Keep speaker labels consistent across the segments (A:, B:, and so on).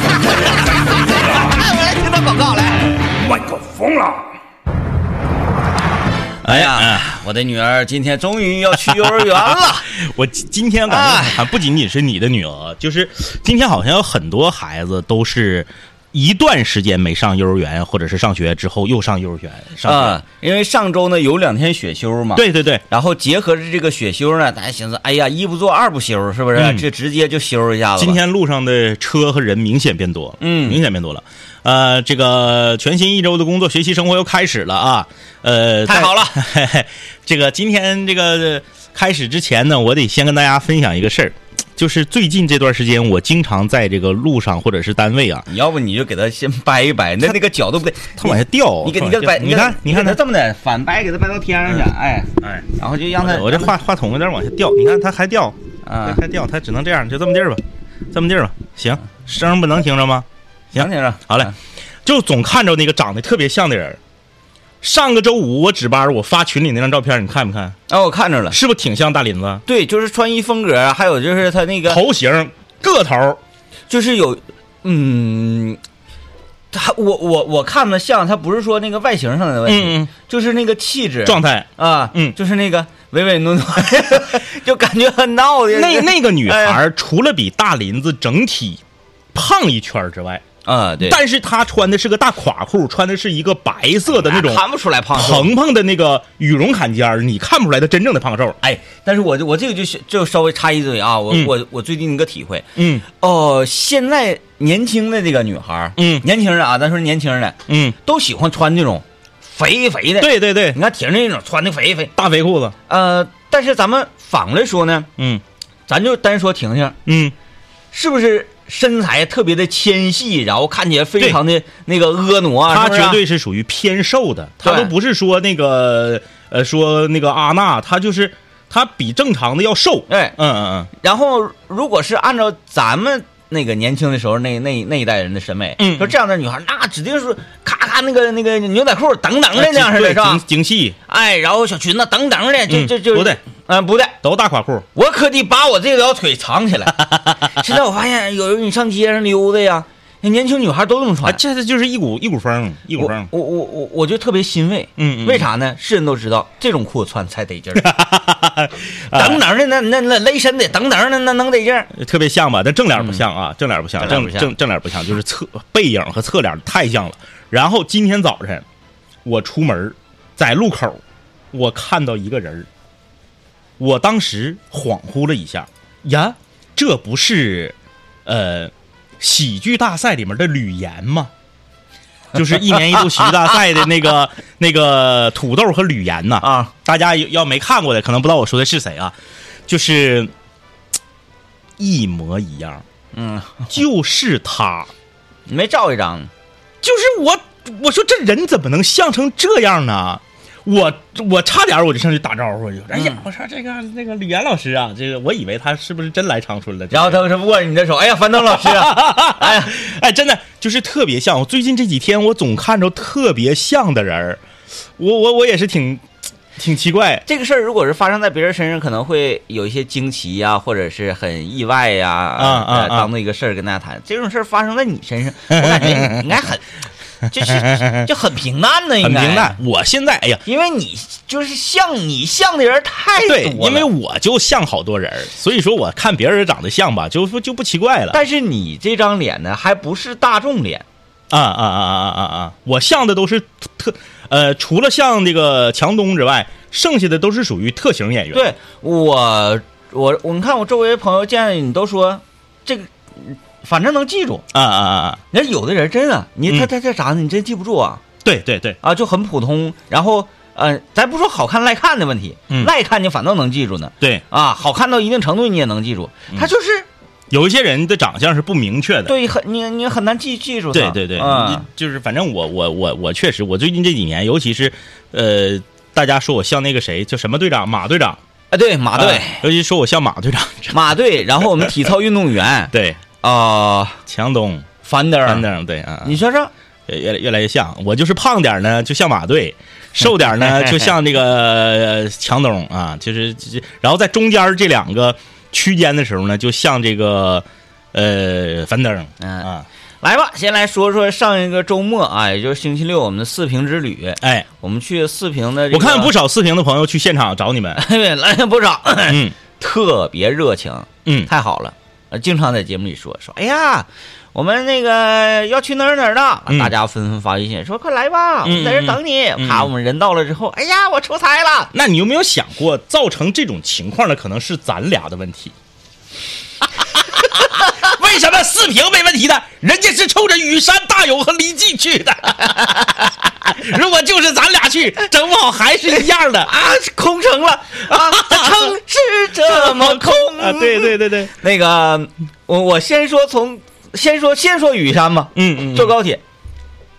A: 哎，我来听段广告来。
B: 哎呀，我的女儿今天终于要去幼儿园了。
C: 我今今天感觉还不仅仅是你的女儿，就是今天好像有很多孩子都是一段时间没上幼儿园，或者是上学之后又上幼儿园上学。
B: 啊，因为上周呢有两天选修嘛，，
C: 对对对，
B: 然后结合着这个选修呢，大家寻思，哎呀，一不做二不休，是不是？
C: 嗯
B: 这直接就休一下子吧。
C: 今天路上的车和人明显变多了，
B: 嗯
C: 明显变多了。呃，这个全新一周的工作、学习、生活又开始了啊。呃，
B: 太
C: 在
B: 好了。
C: 嘿嘿 这个今天这个开始之前呢，我得先跟大家分享一个事儿，就是最近这段时间，我经常在这个路上或者是单位啊，
B: 你要不你就给他先掰一掰，那那个角度不对，
C: 它往下掉。
B: 你给
C: 它
B: 你
C: 往
B: 给嗯他
C: 下
B: 掰，
C: 掉你看，
B: 你
C: 你看
B: 他
C: 它，
B: 这么的反掰，给他掰到天上去，哎，
C: 哎，
B: 然后就让他，
C: 我这话话筒有点往下掉，你看它还掉，它
B: 啊，
C: 还掉，它只能这样，就这么地儿吧，这么地儿吧，行，声不能听着吗？
B: 行先生，
C: 好嘞
B: 啊，
C: 就总看着那个长得特别像的人儿。上个周五我值班，我发群里那张照片，你看没看？
B: 啊，我看着了，
C: 是不是挺像大林子？
B: 对，就是穿衣风格啊，还有就是他那个
C: 头型、个头儿，
B: 就是有，嗯，他我我我看的像，他不是说那个外形上的问题，
C: 嗯，
B: 就是那个气质
C: 嗯状态。
B: 啊，
C: 嗯
B: 就是那个唯唯诺诺， 就感觉很闹的
C: 那那个女孩
B: 哎
C: 儿除了比大林子整体胖一圈儿之外，
B: 啊，对，
C: 但是她穿的是个大垮裤，穿的是一个白色的那种
B: 看不出来胖瘦
C: 蓬蓬的那个羽绒坎肩儿，你看不出来她真正的胖瘦。
B: 哎，但是我就我这个就就稍微插一嘴啊，我、
C: 嗯
B: 我我最近一个体会
C: 嗯
B: 哦，现在年轻的这个女孩儿，
C: 嗯
B: 年轻人啊，咱说年轻人的
C: 嗯，
B: 都喜欢穿这种肥肥的，，
C: 对对对，
B: 你看铁那种穿的肥肥，
C: 大肥裤子。
B: 呃，但是咱们反过来说呢，
C: 嗯
B: 咱就单说婷婷，
C: 嗯，
B: 是不是身材特别的纤细，然后看起来非常的那个婀娜啊？
C: 她
B: 是不是
C: 绝
B: 啊
C: 对是属于偏瘦的，她
B: 对
C: 都不是说那个呃说那个阿娜，她就是她比正常的要瘦。
B: 哎，
C: 嗯嗯
B: 然后如果是按照咱们那个年轻的时候那那那一代人的审美，
C: 嗯
B: 说这样的女孩，那指定是咔咔那个那个牛仔裤等等
C: 嗯，
B: 的那样似的，
C: 对
B: 是吧
C: 精？精细
B: 哎，然后小裙子等等的，就
C: 嗯
B: 就就
C: 不对，
B: 嗯，不对，
C: 都大垮裤。
B: 我可得把我这条腿藏 起来。现在我发现，有时候你上街上溜达呀，那年轻女孩都这么
C: 啊，
B: 穿。
C: 这这就是一股一股风，一股
B: 我
C: 风。
B: 我我我我就特别欣慰，
C: 嗯嗯
B: 为啥呢？世人都知道这种裤子穿才得劲 儿，
C: 啊
B: 等等的那那那勒身得等等的那能得劲儿，
C: 特别像吧，但正脸不像啊，正脸不像，
B: 嗯正脸
C: 正
B: 不像
C: 正正脸不像，就是侧背影和侧脸太像了。然后今天早晨我出门儿在路口儿，我看到一个人儿，我当时恍惚了一下，呀，这不是呃喜剧大赛里面的吕岩吗？就是一年一度喜剧大赛的那个 那个土豆和吕岩呐
B: 啊，
C: 大家有要没看过的，可能不知道我说的是谁啊，就是嘖一模一样，
B: 嗯，
C: 就是他，
B: 你没照一张呢。
C: 就是我，我说这人怎么能像成这样呢？我我差点我就上去打招
B: 嗯
C: 呼我就，哎呀，我说这个那个吕岩老师啊，这个我以为他是不是真来长春了？
B: 然后他是握着你的手，哎呀，樊登老师 啊， 哎呀，
C: 哎，真的就是特别像。我最近这几天我总看着特别像的人儿，我我我也是挺挺奇怪。
B: 这个事儿如果是发生在别人身上，可能会有一些惊奇呀、或者是很意外呀、
C: 啊啊
B: 呃
C: 啊
B: 当做一个事儿跟大家谈。这种事儿发生在你身上，我感觉你应该 很，就是就很平淡呢，应
C: 很
B: 该
C: 平淡，，我现在哎呀，
B: 因为你就是像你像的人太多了，
C: 对，因为我就像好多人儿，所以说我看别人长得像吧，就就不奇怪了。
B: 但是你这张脸呢，还不是大众脸，
C: 啊啊啊啊啊啊啊！我像的都是特呃，除了像这个强东之外，剩下的都是属于特型演员。，
B: 对我我我你看我周围朋友见了你都说这个，反正能记住。
C: 啊啊啊啊！
B: 人有的人真的，你他
C: 嗯
B: 他这啥呢？你真记不住啊
C: 对对对，
B: 啊，就很普通。然后呃，咱不说好看赖看的问题，
C: 嗯
B: 赖看你反倒能记住呢
C: 对嗯
B: 啊，好看到一定程度你也能记住，他就是
C: 有一些人的长相是不明确的，
B: 对，很你你很难记记住
C: 对
B: 他。
C: 对对，
B: 嗯，
C: 就是反正我我我我确实，我最近这几年，尤其是呃，大家说我像那个谁叫什么队长马队长
B: 啊，对马队
C: 呃，尤其说我像马队长，
B: 马队，然后我们体操运动员
C: 对，
B: 啊，
C: 强东
B: 樊登，
C: 班，长对啊，
B: 你说说，
C: 越来越来越像，我就是胖点儿呢，就像马队。瘦点儿呢，就像这个呃强东啊，就是，就是然后在中间儿这两个区间的时候呢，就像这个呃樊登
B: 嗯
C: 啊，
B: 来吧，先来说说上一个周末啊，也就是星期六，我们的四平之旅，
C: 哎，
B: 我们去四平的、这个，
C: 我看不少哎四平的朋友去现场找你们，
B: 对，来了不少，
C: 嗯
B: 特别热情，
C: 嗯，
B: 太好了。呃，经常在节目里说说，哎呀，我们那个要去哪儿哪儿了，
C: 嗯
B: 大家纷纷发微信说快来吧，我们在这儿等你。
C: 嗯
B: 啪，
C: 嗯
B: 我们人到了之后，哎呀，我出差了，
C: 那你有没有想过，造成这种情况的可能是咱俩的问题？ 为什么四平没问题呢？人家是冲着雨山大勇和李记去的。 如果就是咱俩去，整不好还是一样的啊
B: 啊，空城了啊，这城市这么空
C: 啊！对对对对，
B: 那个，我我先说从先说先说雨山吧，
C: 嗯嗯嗯
B: 坐高铁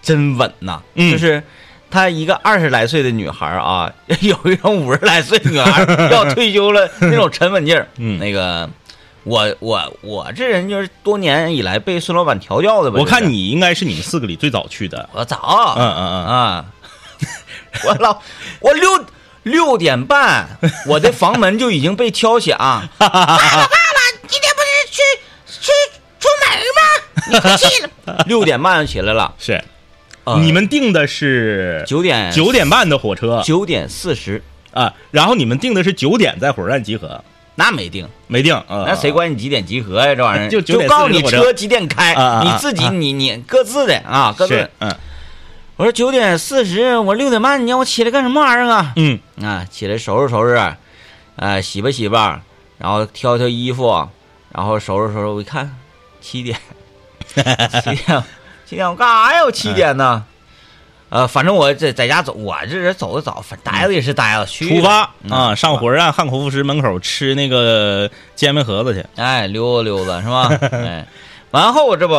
B: 真稳呐、
C: 嗯
B: 就是她一个二十来岁的女孩儿啊， 有一种五十来岁女孩儿 要退休了那种沉稳劲儿。
C: 嗯
B: 那个，我我我这人就是多年以来被孙老板调教的吧。
C: 我看
B: 就是，
C: 你应该是你们四个里最早去的。
B: 我早，
C: 嗯嗯嗯，
B: 啊， 我老我六六点 半，我的房门就已经被敲响。 爸爸，爸爸，今天不是去去出门吗？你快去了。 六点半就起来了，
C: 是
B: 呃
C: 你们订的是
B: 九点
C: 啊九点半的火车
B: 九点四十，
C: 啊，然后你们订的是九点在火车站集合，
B: 那没定，
C: 没定啊？
B: 那谁管你几点集合呀？这玩意儿
C: 就9点
B: 告诉你
C: 40
B: 车几点开
C: 啊啊，啊
B: 你自己
C: 啊
B: 你你各自的啊，各自
C: 是
B: 的。
C: 嗯
B: 我说九点四十，我六点半，你让我起来干什么玩意儿啊？
C: 嗯
B: 啊，起来收拾收拾，呃，洗吧洗吧，然后挑挑衣服，然后收拾收拾。我一看，七点，七点，七点，我干啥呀？我七点呢？呃，反正我在在家走，我这人走的早，反正呆子也是呆子，去
C: 出发
B: 嗯
C: 啊，上火车站汉口副食门口吃那个煎饼盒子去。
B: 哎，溜达溜达是 吧？哎，完后这不，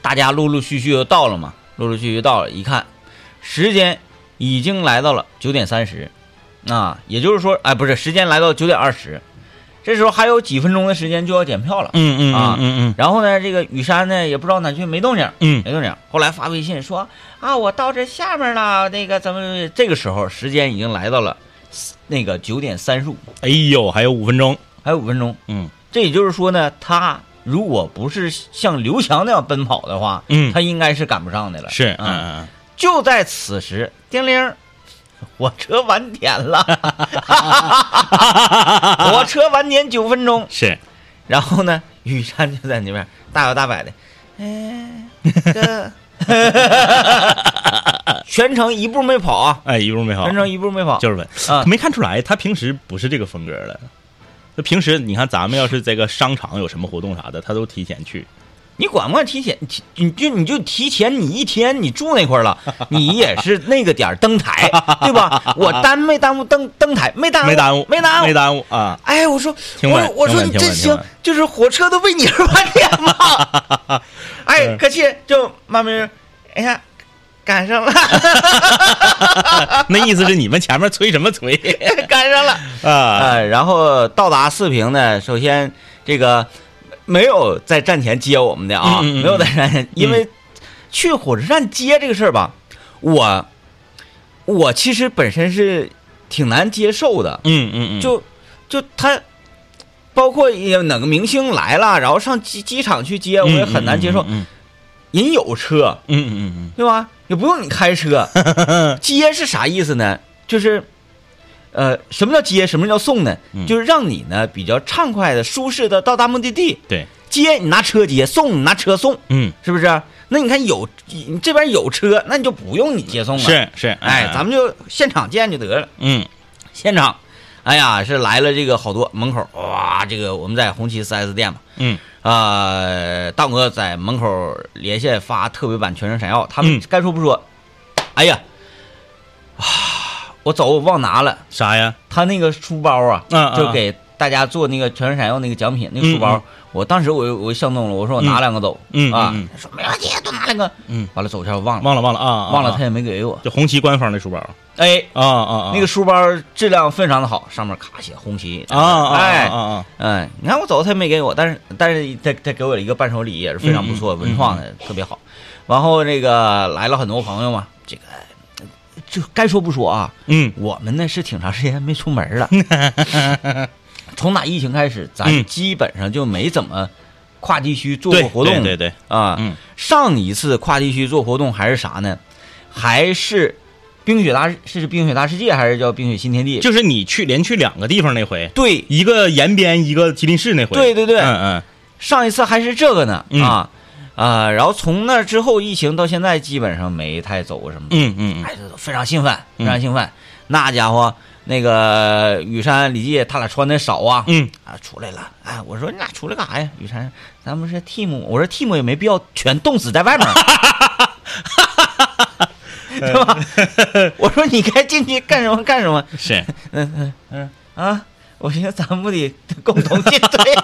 B: 大家陆陆续续就到了嘛，陆陆续续到了，一看时间已经来到了九点三十，啊，也就是说，哎，不是，时间来到九点二十，这时候还有几分钟的时间就要检票了。
C: 嗯嗯
B: 啊
C: 嗯
B: 然后呢，这个雨山呢也不知道哪去没动静，
C: 嗯
B: 没动静。后来发微信说啊，我到这下面了，那个咱们这个时候时间已经来到了那个九点三十五，
C: 嗯，哎呦，还有五分钟。
B: 还有五分钟。
C: 嗯
B: 这也就是说呢，他如果不是像刘翔那样奔跑的话，
C: 嗯
B: 他应该是赶不上的了。
C: 是嗯
B: 啊、
C: 嗯
B: 就在此时，叮铃，火车晚点了，火车晚点九分钟。
C: 是
B: 然后呢，雨山就在那边大摇大摆的，哎， 哥，全程一步没跑啊，
C: 哎，一路没好
B: 全，程一步没跑，
C: 就是稳。
B: 啊
C: 没看出来，他平时不是这个风格的。那平时你看，咱们要是这个商场有什么活动啥的，他都提前去。
B: 你管不管提前？你提你就你就提前你一天，你住那块儿 了，你也是那个点儿登台，对吧？我耽没耽误登登台？没耽误，
C: 没耽误，
B: 啊没耽
C: 没
B: 误。
C: 耽误啊！
B: 哎，我说，
C: 挺
B: 我
C: 晚
B: 说，我说
C: 挺晚
B: 你真
C: 挺晚挺
B: 行
C: 晚，
B: 就是火车都为你而晚点嘛。 哎，可气就慢慢，哎呀，赶上 了，啊
C: 那意思是你们前面催什 么催
B: 赶上了。
C: 啊？
B: 呃，然后到达四平呢，首先这个没有在站前接我们的啊，
C: 嗯嗯嗯嗯
B: 没有在站前，因为去火车站接这个事儿吧，我我其实本身是挺难接受的，
C: 嗯嗯嗯，
B: 就就他。包括也哪个明星来了，然后上机机场去接，我也很难接受。
C: 嗯
B: 人有车，
C: 嗯嗯
B: 对吧？也不用你开车。 接是啥意思呢？就是，呃，什么叫接？什么叫送呢？
C: 嗯
B: 就是让你呢比较畅快的、舒适的到达目的地。
C: 对，
B: 接你拿车接，送你拿车送，
C: 嗯
B: 是不是？那你看有你这边有车，那你就不用你接送了。，
C: 嗯是是，
B: 哎，咱
C: 们
B: 们就现场见就得了。
C: 嗯
B: 现场，哎呀，是来了这个好多门口哇，这个我们在红旗 4S 店嘛，
C: 嗯
B: 呃，大哥在门口连线发特别版《全程闪耀》，他们
C: 嗯
B: 该说不说，哎呀，啊，我走我忘拿了，
C: 啥呀？
B: 他那个书包啊，
C: 嗯嗯
B: 就给大家做那个《全程闪耀》那个奖品那个书包，
C: 嗯
B: 我当时我就我就相中了，我说我拿两个走，
C: 嗯嗯
B: 啊
C: 嗯，
B: 说没问题，多拿两个，
C: 嗯，
B: 完了走一下我忘了，
C: 忘了忘了啊，
B: 忘了
C: 啊
B: 他也没给我，
C: 就红旗官方的书包啊
B: 哎，
C: 啊啊，
B: 那个书包质量非常的好，上面卡写红旗
C: 啊啊啊啊
B: 哎，
C: 啊，
B: 嗯，你看我走他也没给我，但是但是他他给我了一个伴手礼也是非常不错，
C: 嗯嗯
B: 文创的特别好，然后这个来了很多朋友嘛，这个就该说不说啊，
C: 嗯
B: 我们呢是挺长时间没出门 了，从打疫情开始，咱
C: 嗯
B: 基本上就没怎么跨地区做
C: 对
B: 过活动，
C: 对对对
B: 啊，
C: 嗯
B: 上一次跨地区做活动还是啥呢？还是冰雪大是冰雪大世界还是叫冰雪新天地？
C: 就是你去连去两个地方那回，
B: 对，
C: 一个延边，一个吉林市那回，
B: 对对对
C: 嗯嗯，
B: 上一次还是这个呢、
C: 嗯
B: 啊啊，然后从那之后，疫情到现在基本上没太走过什么，
C: 嗯嗯嗯，
B: 哎，非常兴奋，非
C: 嗯
B: 常兴奋。那家伙，那个雨山、李记他俩穿的少啊，
C: 嗯
B: 啊，出来了。哎，我说你俩出来干啥呀？雨山，咱们是 team，我说 team 也没必要全冻死在外面 儿，对吧？我说你该进去干什么干什么。
C: 是，
B: 嗯嗯嗯啊，我寻思咱们不得共同进 队。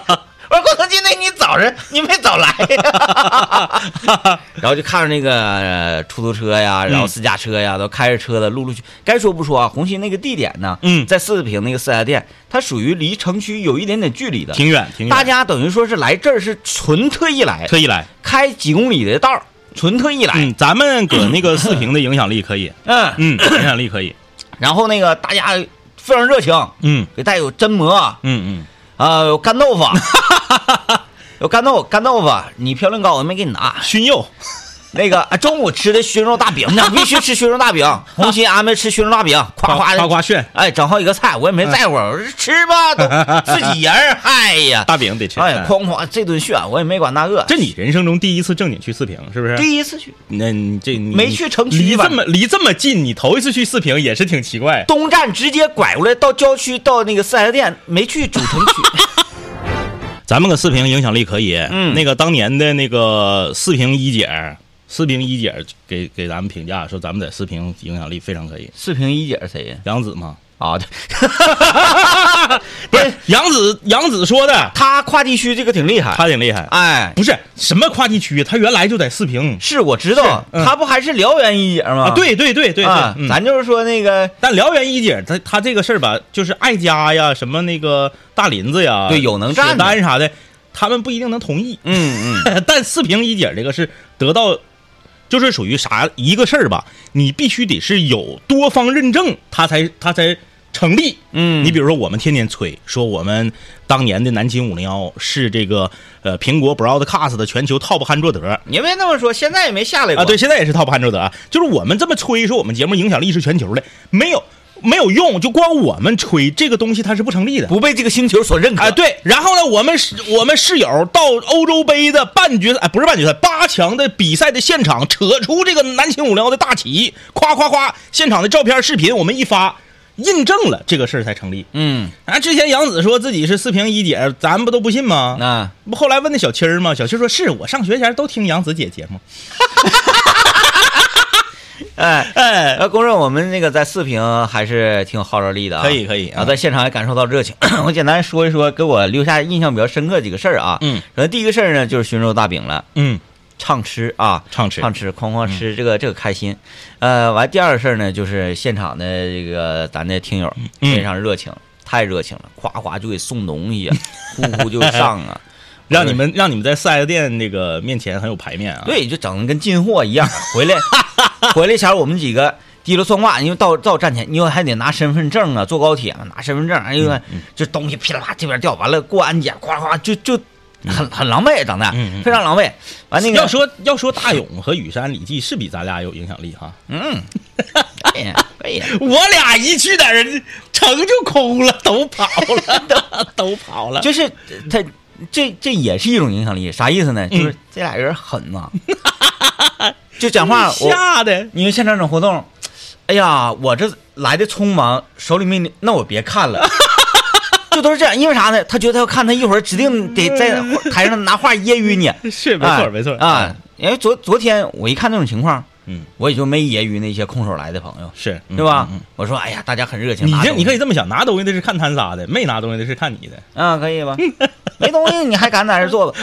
B: 我说共同进队，你早上你没早来呀。 然后就看着那个、呃出租车呀，然后私家车呀，都开着车的陆陆续。该说不说啊，红旗那个地点呢，
C: 嗯
B: 在四十平那个四 S 店，它属于离城区有一点点距离的。
C: 挺远挺远，
B: 大家等于说是来这儿是纯特意来，
C: 特意来，
B: 开几公里的道儿，纯特意来。
C: 嗯，咱们搁那个四平的影响力可以，
B: 嗯，
C: 嗯，影响力可以，
B: 然后那个大家非常热情，
C: 嗯
B: 给带有榛蘑，
C: 嗯
B: 啊，有干豆腐， 有干豆干豆腐，你嘌呤高，我没给你拿
C: 嗯，。熏肉，
B: 那个啊，中午吃的熏肉大饼， 那必须吃熏肉大饼。红旗安排吃熏肉大饼，夸夸
C: 夸
B: 的，
C: 夸炫，
B: 哎，整好几个菜，我也没在乎，我说吃 吧，都自己人儿，哎呀，
C: 大饼得吃，
B: 哎呀，
C: 嗯
B: 哐哐这顿炫，我也没管那个。
C: 这你人生中第一次正经去四平是不是？
B: 第一次去
C: 那你这你
B: 没去城区
C: 离
B: 吧
C: 这么离这么近，你头一次去四平也是挺奇怪。
B: 东站，直接拐过来到郊区，到那个四 S 店，没去主 城区。
C: 咱们搁四平影响力可以，
B: 嗯
C: 那个当年的那个四平一姐，四平一姐给给咱们评价说咱们在四平影响力非常可以。
B: 四平一姐是谁呀？
C: 杨子嘛，
B: 啊， 对，
C: 不是杨子，杨子说的，
B: 他跨地区这个挺厉害。
C: 他挺厉害。
B: 哎，
C: 不是什么跨地区，他原来就在四平
B: 是我知道，
C: 是嗯
B: 他不还是辽源一姐吗？
C: 啊。对对对对对，
B: 啊，
C: 嗯
B: 咱就是说那个
C: 但辽源一姐她她这个事儿吧，就是爱家呀，什么那个大林子呀，
B: 对有能站的
C: 雪丹啥的，他们不一定能同意。
B: 嗯嗯，
C: 但四平一姐这个是得到，就是属于啥一个事儿吧，你必须得是有多方认证，它才它才成立。
B: 嗯
C: 你比如说我们天天吹说我们当年的南京五零幺是这个呃苹果 Broadcast 的全球 Top 汉卓德。
B: 你别那么说，现在也没下来过
C: 啊，对，，现在也是 top 汉卓德啊，就是我们这么吹说我们节目影响力是全球的，没有没有用，就光我们吹这个东西它是不成立的。
B: 不被这个星球所认可
C: 啊，，对，然后呢，我们室我们室友到欧洲杯的半决赛，哎不是半决赛，八强的比赛的现场，扯出这个南秦五零幺的大旗，夸夸夸，现场的照片、视频我们一发，印证了这个事儿才成立。
B: 嗯，
C: 啊，之前杨子说自己是四平一姐，咱们不都不信吗？
B: 那
C: 不后来问那小七儿吗？小七儿说是我上学前都听杨子姐节目。
B: 哎。
C: 哎，
B: 要公认我们那个在四平还是挺有号召力的啊，
C: 可以可以
B: 啊，
C: 啊
B: 在现场也感受到热情。 我简单说一说给我留下印象比较深刻几个事儿啊，
C: 嗯，
B: 首先第一个事儿呢就是熏肉大饼了，
C: 嗯，
B: 畅吃啊，
C: 畅吃
B: 畅吃，哐哐吃，
C: 嗯
B: 这个这个开心。呃，完第二个事儿呢，就是现场的这个咱的听友
C: 嗯
B: 非常热情，太热情了，夸夸就给送东西啊，呼呼就上 啊，
C: 让你们让你们在四 S 店那个面前很有排面啊。，
B: 对，就整的跟进货一样。回 来回来前儿我们几个提了算卦，因为到到站前，因为还得拿身份证啊，坐高铁嘛，拿身份证，哎呦，
C: 嗯
B: 这东西噼里啪啦这边掉，完了过安检，夸夸就就很很狼狈，整的
C: 嗯嗯嗯
B: 非常狼狈。完那个
C: 要说要说大勇和雨山、李记是比咱俩有影响力哈。
B: 嗯，哎可以可以。
C: 我俩一去哪儿，城就空了，都跑了，都都跑 了。
B: 就是他这这也是一种影响力，啥意思呢？
C: 嗯
B: 就是这俩人狠呐、就讲 话我
C: 吓的，
B: 你们现场整活动，哎呀，我这来的匆忙，手里没拎那我别看了。 就都是这样，因为啥呢？他觉得他要看，他一会儿指定得在台上拿话揶揄你。
C: 是嗯 没
B: 哎
C: 错没错
B: 啊！，因为昨昨天我一看那种情况，
C: 嗯，
B: 我也就没揶揄那些空手来的朋友，
C: 是
B: 对吧？？我说，哎呀，大家很热情。
C: 嗯你
B: 拿
C: 这
B: 东西
C: 你可以这么想，拿东西的是看他仨的，没拿东西的是看你的。
B: 啊，可以吧？没东西你还敢在这坐 着？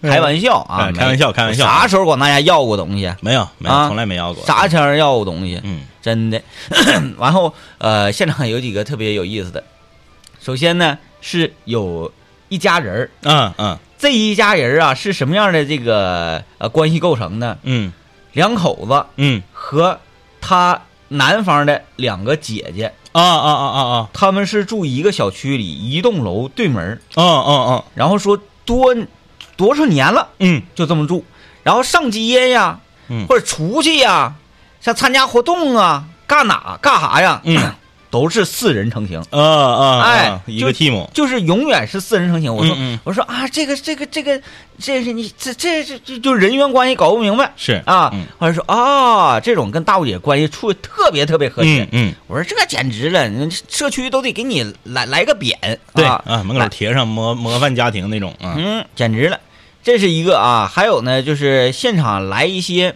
B: 开玩笑啊，
C: 哎开玩笑
B: 没
C: 开玩笑
B: 啥时候管大家要过东西？
C: 没有没
B: 啊
C: 有，从来没要过。
B: 啥前儿要过东西？
C: 嗯
B: 真的。 然后呃，现场有几个特别有意思的。首先呢，是有一家人儿，
C: 嗯嗯
B: 这一家人儿啊是什么样的这个呃关系构成呢？
C: 嗯
B: 两口子
C: 嗯
B: 和他男方的两个姐姐，
C: 啊啊啊啊啊
B: 他们是住一个小区里一栋楼对门儿，
C: 啊啊啊
B: 然后说多多少年了
C: 嗯
B: 就这么住，然后上街呀，
C: 嗯
B: 或者出去呀，像参加活动啊，干哪干啥呀，
C: 嗯
B: 都是四人成型。
C: 啊啊！啊
B: 哎
C: 一个
B: 就
C: team，
B: 就是永远是四人成型。我说，
C: 嗯嗯
B: 我说啊，这个这个这个，这是你这这这这就人员关系搞不明白
C: 是
B: 啊。
C: 嗯
B: 后来说啊，这种跟大姑姐关系处得特别特别和谐。
C: 嗯嗯，
B: 我说这简直了，你社区都得给你来来个匾。
C: 对
B: 啊，
C: 啊，门口贴上模模范家庭那种啊，
B: 嗯，简直了，这是一个啊。还有呢，就是现场来一些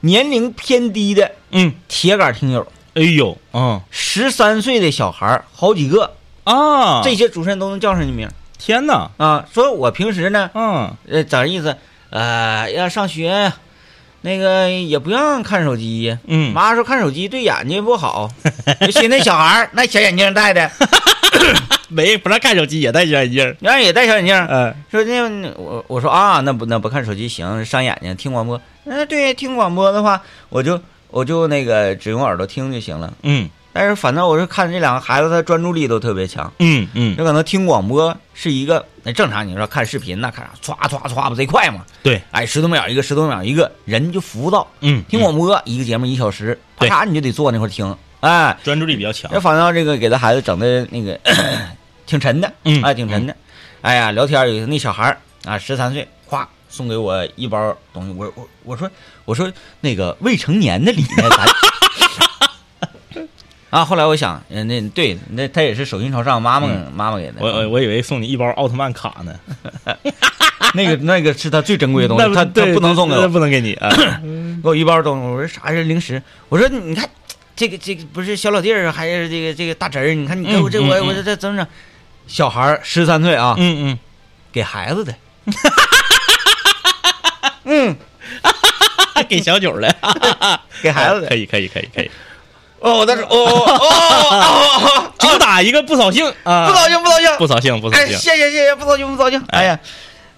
B: 年龄偏低的
C: 嗯，
B: 铁杆听友，
C: 哎呦，嗯
B: 十三岁的小孩儿好几个，
C: 啊，
B: 这些主持人都能叫上你名儿
C: 天哪，
B: 啊。所以我平时呢，
C: 嗯
B: 呃，咋意思？呃，要上学，那个也不让看手机。
C: 嗯
B: 妈说看手机对眼睛不好，尤其那小孩儿那小眼镜戴 的，
C: 没不让看手机也戴小眼镜，
B: 原来也戴小眼镜。
C: 嗯
B: 说那我我说啊，那不那不看手机行，伤眼睛，听广播。嗯、对，听广播的话，我就我就那个只用耳朵听就行了。
C: 嗯
B: 但是反正我是看这两个孩子，他专注力都特别强。
C: 嗯嗯，
B: 有可能听广播是一个，那正常你说看视频那看啥，歘歘歘不贼快嘛？
C: 对，
B: 哎，十多秒一个，十多秒一个，人就浮躁。
C: 嗯，
B: 听广播一个节目一小时，啪
C: 对
B: 嚓你就得坐那块儿听，哎，
C: 专注力比较强
B: 这，反倒这个给他孩子整的那个 挺沉的，
C: 嗯
B: 哎，挺沉的。哎呀，聊天儿有那小孩儿啊，十三岁，夸送给我一包东西，我我我说我说那个未成年的礼呢，咱。 啊，后来我想，嗯，那对，那他也是手心朝上，妈妈、妈妈给的。
C: 嗯我我我以为送你一包奥特曼卡呢，
B: 那个那个是他最珍贵的东西，他他不能送给
C: 那
B: 我，
C: 不能给你啊，
B: 给我一包东西。我说啥是零食？我说你看这个这个不是小老弟儿，还是这个这个大侄儿？你看你给我这
C: 嗯
B: 我
C: 嗯
B: 我这这怎么整？小孩儿十三岁啊，
C: 嗯嗯，
B: 给孩子的，
C: 还 给小九了，
B: 给 孩子
C: 可
B: 的。
C: 以可以可以可以，
B: 哦，我当时哦哦哦哦哦，
C: 主打一个不扫兴啊，
B: 不高兴不高兴，
C: 不扫兴不扫
B: 哎，
C: 兴，
B: 谢谢谢谢，不扫兴不扫兴。哎呀，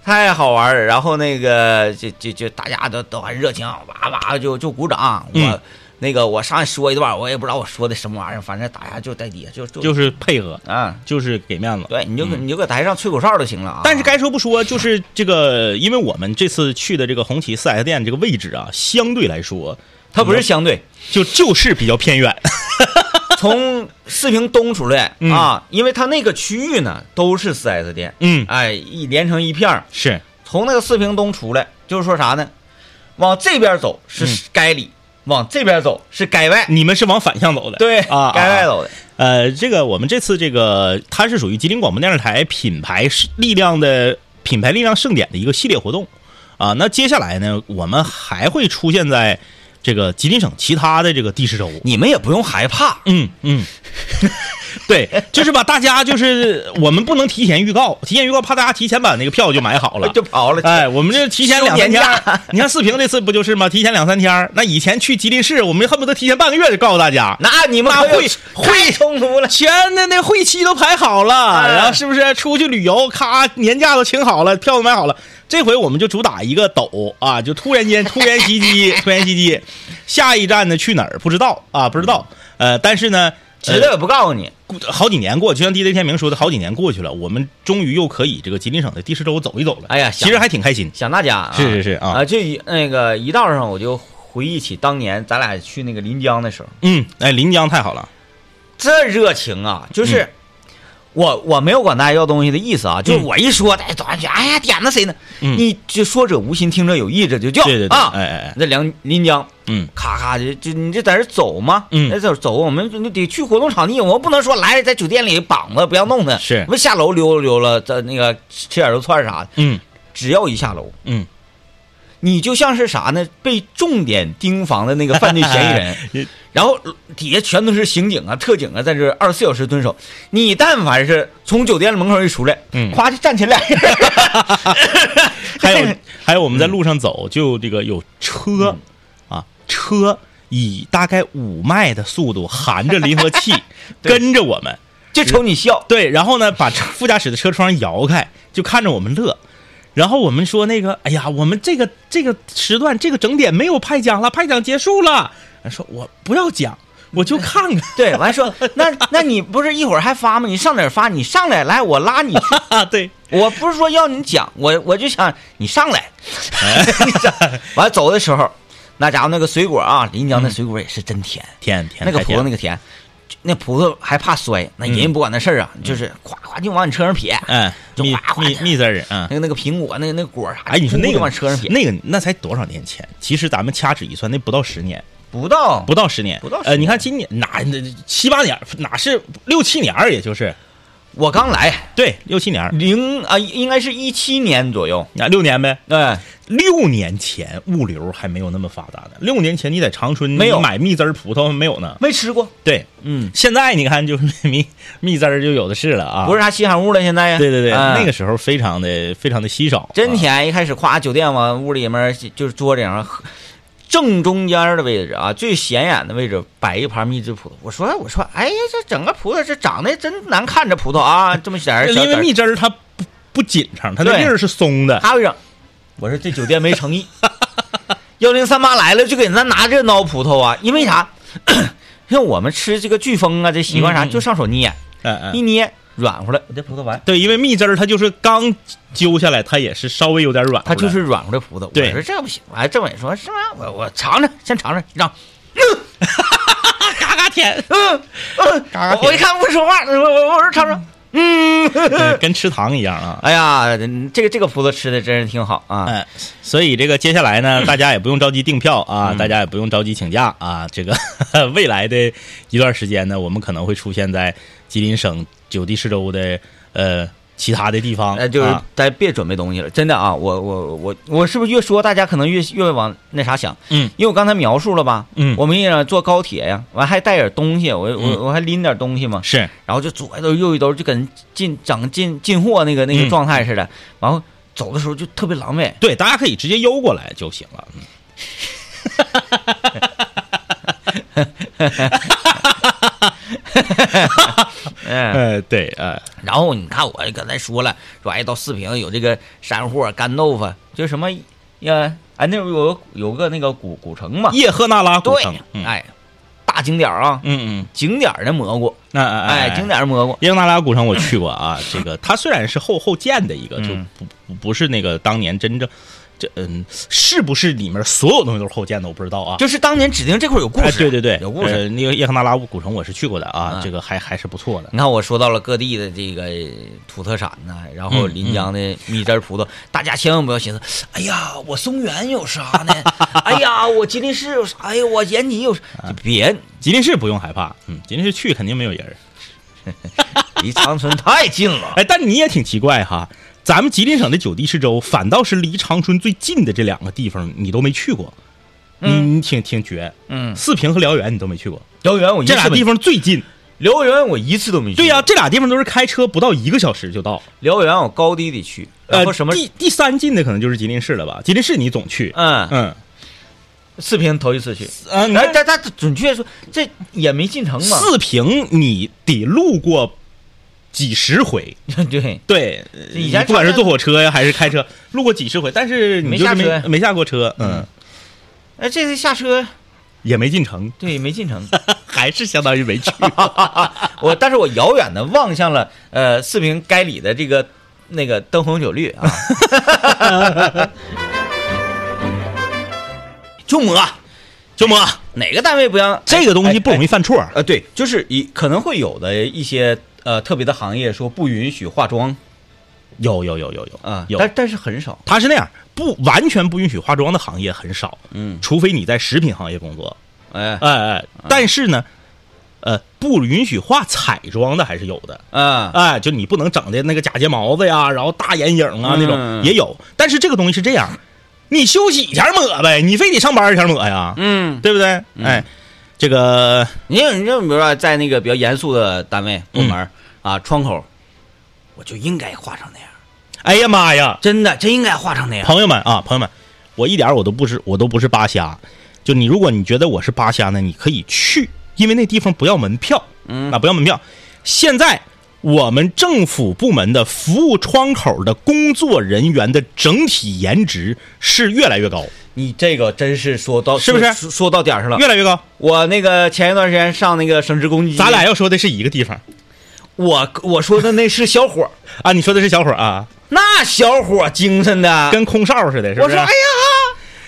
B: 太好玩儿了。然后那个就就就大家都都很热情，哇哇就就鼓掌。我、
C: 嗯
B: 那个我上去说一段，我也不知道我说的什么玩意儿，反正大家就在底下就就
C: 就是配合，
B: 啊，
C: 就是给面子。
B: 对，你就搁
C: 嗯
B: 你就搁台上吹口哨就行了啊。
C: 但是该说不说，就是这个，因为我们这次去的这个红旗四 S 店这个位置啊，相对来说，
B: 它不是相 对，
C: 就就是比较偏远。
B: 从四平东出来
C: 嗯
B: 啊，因为它那个区域呢都是四 S 店，
C: 嗯，
B: 哎，一连成一片儿。
C: 是，
B: 从那个四平东出来，就是说啥呢？往这边走
C: 嗯
B: 是该里，往这边走是该外。
C: 你们是往反向走的。
B: 对
C: 啊，
B: 该外
C: 啊。
B: 头的。
C: 呃，这个我们这次这个，它是属于吉林广播电视台品牌是力量的品牌力量盛典的一个系列活动啊。那接下来呢，我们还会出现在这个吉林省其他的这个地市州。
B: 你们也不用害怕，
C: 嗯嗯， 对，就是吧，大家就是我们不能提前预告，提前预告怕大家提前把那个票就买好了。
B: 就跑了。
C: 哎，我们这提前两三天
B: 休年
C: 儿，你看四平这次不就是吗？提前两三天儿，那以前去吉林市，我们恨不得提前半个月就告诉大家，
B: 那你们
C: 那
B: 可有
C: 会哎
B: 太冲突了。
C: 全的那会期都排好了，
B: 哎
C: 然后是不是出去旅游，咔年假都请好了，票都买好了。这回我们就主打一个抖啊，就突然间突然 袭击，突然袭击。下一站呢去哪儿不知道啊，不知道。
B: 嗯
C: 呃，但是呢，呃
B: 知道也不告诉你，
C: 过好几年过，就像 DJ 天明说的，好几年过去了，我们终于又可以这个吉林省的第十州走一走了。
B: 哎呀
C: 其实还挺开心。
B: 想大家啊
C: 是是是啊
B: 啊，就一那个一道上我就回忆起当年咱俩去那个临江的时候，
C: 嗯，哎，临江太好了。
B: 这热情啊，就是。
C: 嗯
B: 我我没有管大家要东西的意思啊，就是我一说，哎，走上去，哎呀，点子谁呢？
C: 嗯
B: 你就说者无心，听者有意，这就叫
C: 对对对，
B: 啊。
C: 哎哎哎，
B: 那梁临江，
C: 嗯
B: 咔咔的，就你这在这走吗？
C: 嗯
B: 那走走，我们就得去活动场地，我们不能说来在酒店里绑着不要弄的，
C: 是
B: 我们下楼溜达溜达，在那个吃吃点肉串啥的，
C: 嗯
B: 只要一下楼，
C: 嗯，
B: 你就像是啥呢？被重点盯防的那个犯罪嫌疑 人，然后底下全都是刑警啊、特警啊，在这二十四小时蹲守。你但凡是从酒店门口一出来，
C: 嗯
B: 夸就站起来，
C: 还有还有，我们在路上走，就这个有车啊，车以大概五迈的速度含着离合 器跟着我们，
B: 就瞅你笑。
C: 对，然后呢，把车副驾驶的车窗摇开，就看着我们乐。然后我们说那个，哎呀，我们这个这个时段这个整点没有派奖了，派奖结束了。说我不要奖，我就看看
B: 对，完说那那你不是一会儿还发吗？你上哪儿发？你上来，来我拉你去。
C: 啊。 对，
B: 我不是说要你讲，我我就想你上来，
C: 哎
B: 你上 完走的时候，那家伙那个水果啊，临江那水果也是真甜，
C: 天天
B: 那个
C: 太
B: 葡
C: 甜
B: 萄那个甜，就那葡萄还怕摔，那人不管那事儿啊，就是咵咵就往你车上撇，
C: 嗯，
B: 就
C: 蜜
B: 哗哗
C: 蜜
B: 的
C: 蜜汁人啊
B: 那。个那个苹果那个那个果啥，
C: 哎，你说那
B: 噗就
C: 个
B: 往车上撇，
C: 那个那才多少年前？其实咱们掐指一算，那不到十年，
B: 不到
C: 不到十年，
B: 不到十
C: 呃，你
B: 年
C: 看今年哪那七八年，哪是六七年儿，也就是
B: 我刚来
C: 对六七年儿，
B: 零啊，应该是一七年左右，
C: 啊六年呗。
B: 哎，
C: 六年前物流还没有那么发达呢，六年前你在长春
B: 没有
C: 你买蜜汁儿葡萄没有呢？
B: 没吃过，
C: 对，
B: 嗯，
C: 现在你看就是 蜜蜜汁儿就有的是了啊。
B: 不是，啥稀罕物了，现在呀，
C: 对对对，
B: 哎
C: 那个时候非常的非常的稀少，
B: 真
C: 啊。
B: 甜！一开始夸酒店往屋里面就是桌子上，喝正中间的位置啊，最显眼的位置摆一盘蜜汁葡萄。我说我说，哎呀，这整个葡萄这长得真难看，这葡萄啊，这么点 儿小
C: 因
B: 点
C: 为
B: 儿，
C: 蜜汁儿它不不紧撑，它那
B: 对
C: 粒儿是松的。
B: 他会整。我说这酒店没诚 意，幺零三八来了就给咱拿这孬葡萄啊，因为啥？ 像我们吃这个飓风啊，这习惯啥，
C: 嗯嗯
B: 就上手捏，
C: 嗯
B: 一
C: 嗯，
B: 捏软乎了，我这葡萄完。
C: 对，因为蜜汁儿它就是刚揪下来，它也是稍微有点软乎
B: 它
C: 的，
B: 就是软乎的葡萄。
C: 对
B: 我说这不行。哎，政委说是吗？我我尝尝，先尝尝，让。
C: 嘎 嘎甜，
B: 嗯，嗯
C: 嘎嘎甜
B: 我一看不说话，我我我说尝尝，嗯，
C: 嗯跟吃糖一样啊。
B: 哎呀，这个这个葡萄吃的真是挺好啊，
C: 嗯，所以这个接下 来呢，大家也不用着急订票啊，
B: 嗯
C: 大家也不用着急请假啊。这个 未来的一段时间呢，我们可能会出现在吉林省九地市州的呃其他的地方，
B: 那哎就是
C: 啊
B: 咱别准备东西了，真的啊，我我我我是不是越说大家可能越越往那啥想？
C: 嗯，
B: 因为我刚才描述了吧，
C: 嗯
B: 我们也想坐高铁呀，完还带点东西，我
C: 嗯
B: 我我还拎点东西嘛，
C: 是
B: 然后就左一兜右一兜，就跟进整进进货那个那
C: 嗯
B: 个状态似的，然后走的时候就特别狼狈，
C: 对，大家可以直接邮过来就行了。嗯
B: 嗯。
C: 呃，对，呃，
B: 然后你看我刚才说了，说哎到四平有这个山货、干豆腐，就什么呀？哎，那有有有个那个古古城嘛？
C: 叶赫那拉古
B: 啊对
C: 城，，嗯
B: 哎，大景点儿啊，
C: 嗯嗯，
B: 景点儿的蘑菇，
C: 那
B: 哎，
C: 哎
B: 景点儿的蘑菇，
C: 耶格纳拉古城我去过啊， 这个它虽然是后后建的一个，就
B: 嗯
C: 不不不是那个当年真正这嗯是不是里面所有东西都是后建的，我不知道啊。
B: 就是当年指定这块儿有故
C: 哎，
B: 事，
C: 对对对，
B: 有故事。
C: 呃那个叶赫那拉古城我是去过的啊，
B: 嗯
C: 这个还还是不错的。
B: 你看，我说到了各地的这个土特产呢，然后
C: 嗯
B: 临江的蜜汁儿葡萄，大家千万不要寻思，哎呀，我松原有啥 呢？哎呀，我吉林市有啥？哎呀，我延吉有啥？
C: 啊
B: 就别，
C: 吉林市不用害怕，嗯，吉林市去肯定没有人。
B: 离长春太近了。
C: 哎，但你也挺奇怪哈，咱们吉林省的九地市州，反倒是离长春最近的这两个地方你都没去过，你你挺挺绝。
B: 嗯，
C: 四平和辽源你都没去过，
B: 辽源我一
C: 这俩
B: 次没
C: 地方最近。
B: 辽源我一次都没去。
C: 对呀、，这俩地方都是开车不到一个小时就到。
B: 辽源我高低得去，然
C: 呃
B: 后，什么，
C: 第第三近的可能就是吉林市了吧？吉林市你总去，
B: 嗯，
C: 嗯
B: 四平头一次去。
C: 嗯，
B: 哎，但但准确说，这也没进城嘛。
C: 四平你得路过几十回，
B: 对，
C: 对，
B: 以
C: 你
B: 前
C: 不管是
B: 长春
C: 坐火车呀还是开车，路过几十回，但是你
B: 没
C: 就是
B: 下
C: 没
B: 车
C: 没下过车，嗯，
B: 哎，这次下车
C: 也没进城，
B: 对没进城，
C: 还是相当于没去。
B: 我但是我遥远的望向了呃四平街里的这个那个灯红酒绿 啊。就摸
C: 周 末，
B: 哪个单位不让
C: 啊这个东西不容
B: 易？
C: 易犯错，
B: 呃，对，就是一可能会有的一些呃特别的行业说不允许化妆
C: 有有有有有
B: 啊，
C: 有，
B: 但但是很少。
C: 他是那样，不完全不允许化妆的行业很少，
B: 嗯，
C: 除非你在食品行业工作，
B: 哎，
C: 哎哎，但是呢，呃，不允许化彩妆的还是有的，
B: 啊，
C: 哎，就你不能整的那个假睫毛子呀，然后大眼影啊
B: 嗯
C: 那种也有，但是这个东西是这样，你休息一前抹呗，你非得上班前抹呀，
B: 嗯，
C: 对不对？哎，这个
B: 你有你就比如说在那个比较严肃的单位部门、啊，窗口，我就应该画成那样，
C: 哎呀妈呀，
B: 真的真应该画成那样。
C: 朋友们啊，朋友们，我一点儿我都不是，我都不是扒瞎。就你，如果你觉得我是扒瞎呢，你可以去，因为那地方不要门票，
B: 嗯
C: 啊，不要门票。现在我们政府部门的服务窗口的工作人员的整体颜值是越来越高，
B: 你这个真是说到
C: 是不是
B: 说说到点儿上了？
C: 越来越高。
B: 我那个前一段时间上那个升职攻击，
C: 咱俩要说的是一个地方
B: 我我说的那是小伙儿，
C: 啊，你说的是小伙儿啊，
B: 那小伙儿精神的，
C: 跟空少似的，是
B: 啊我
C: 不是
B: 说哎？呀，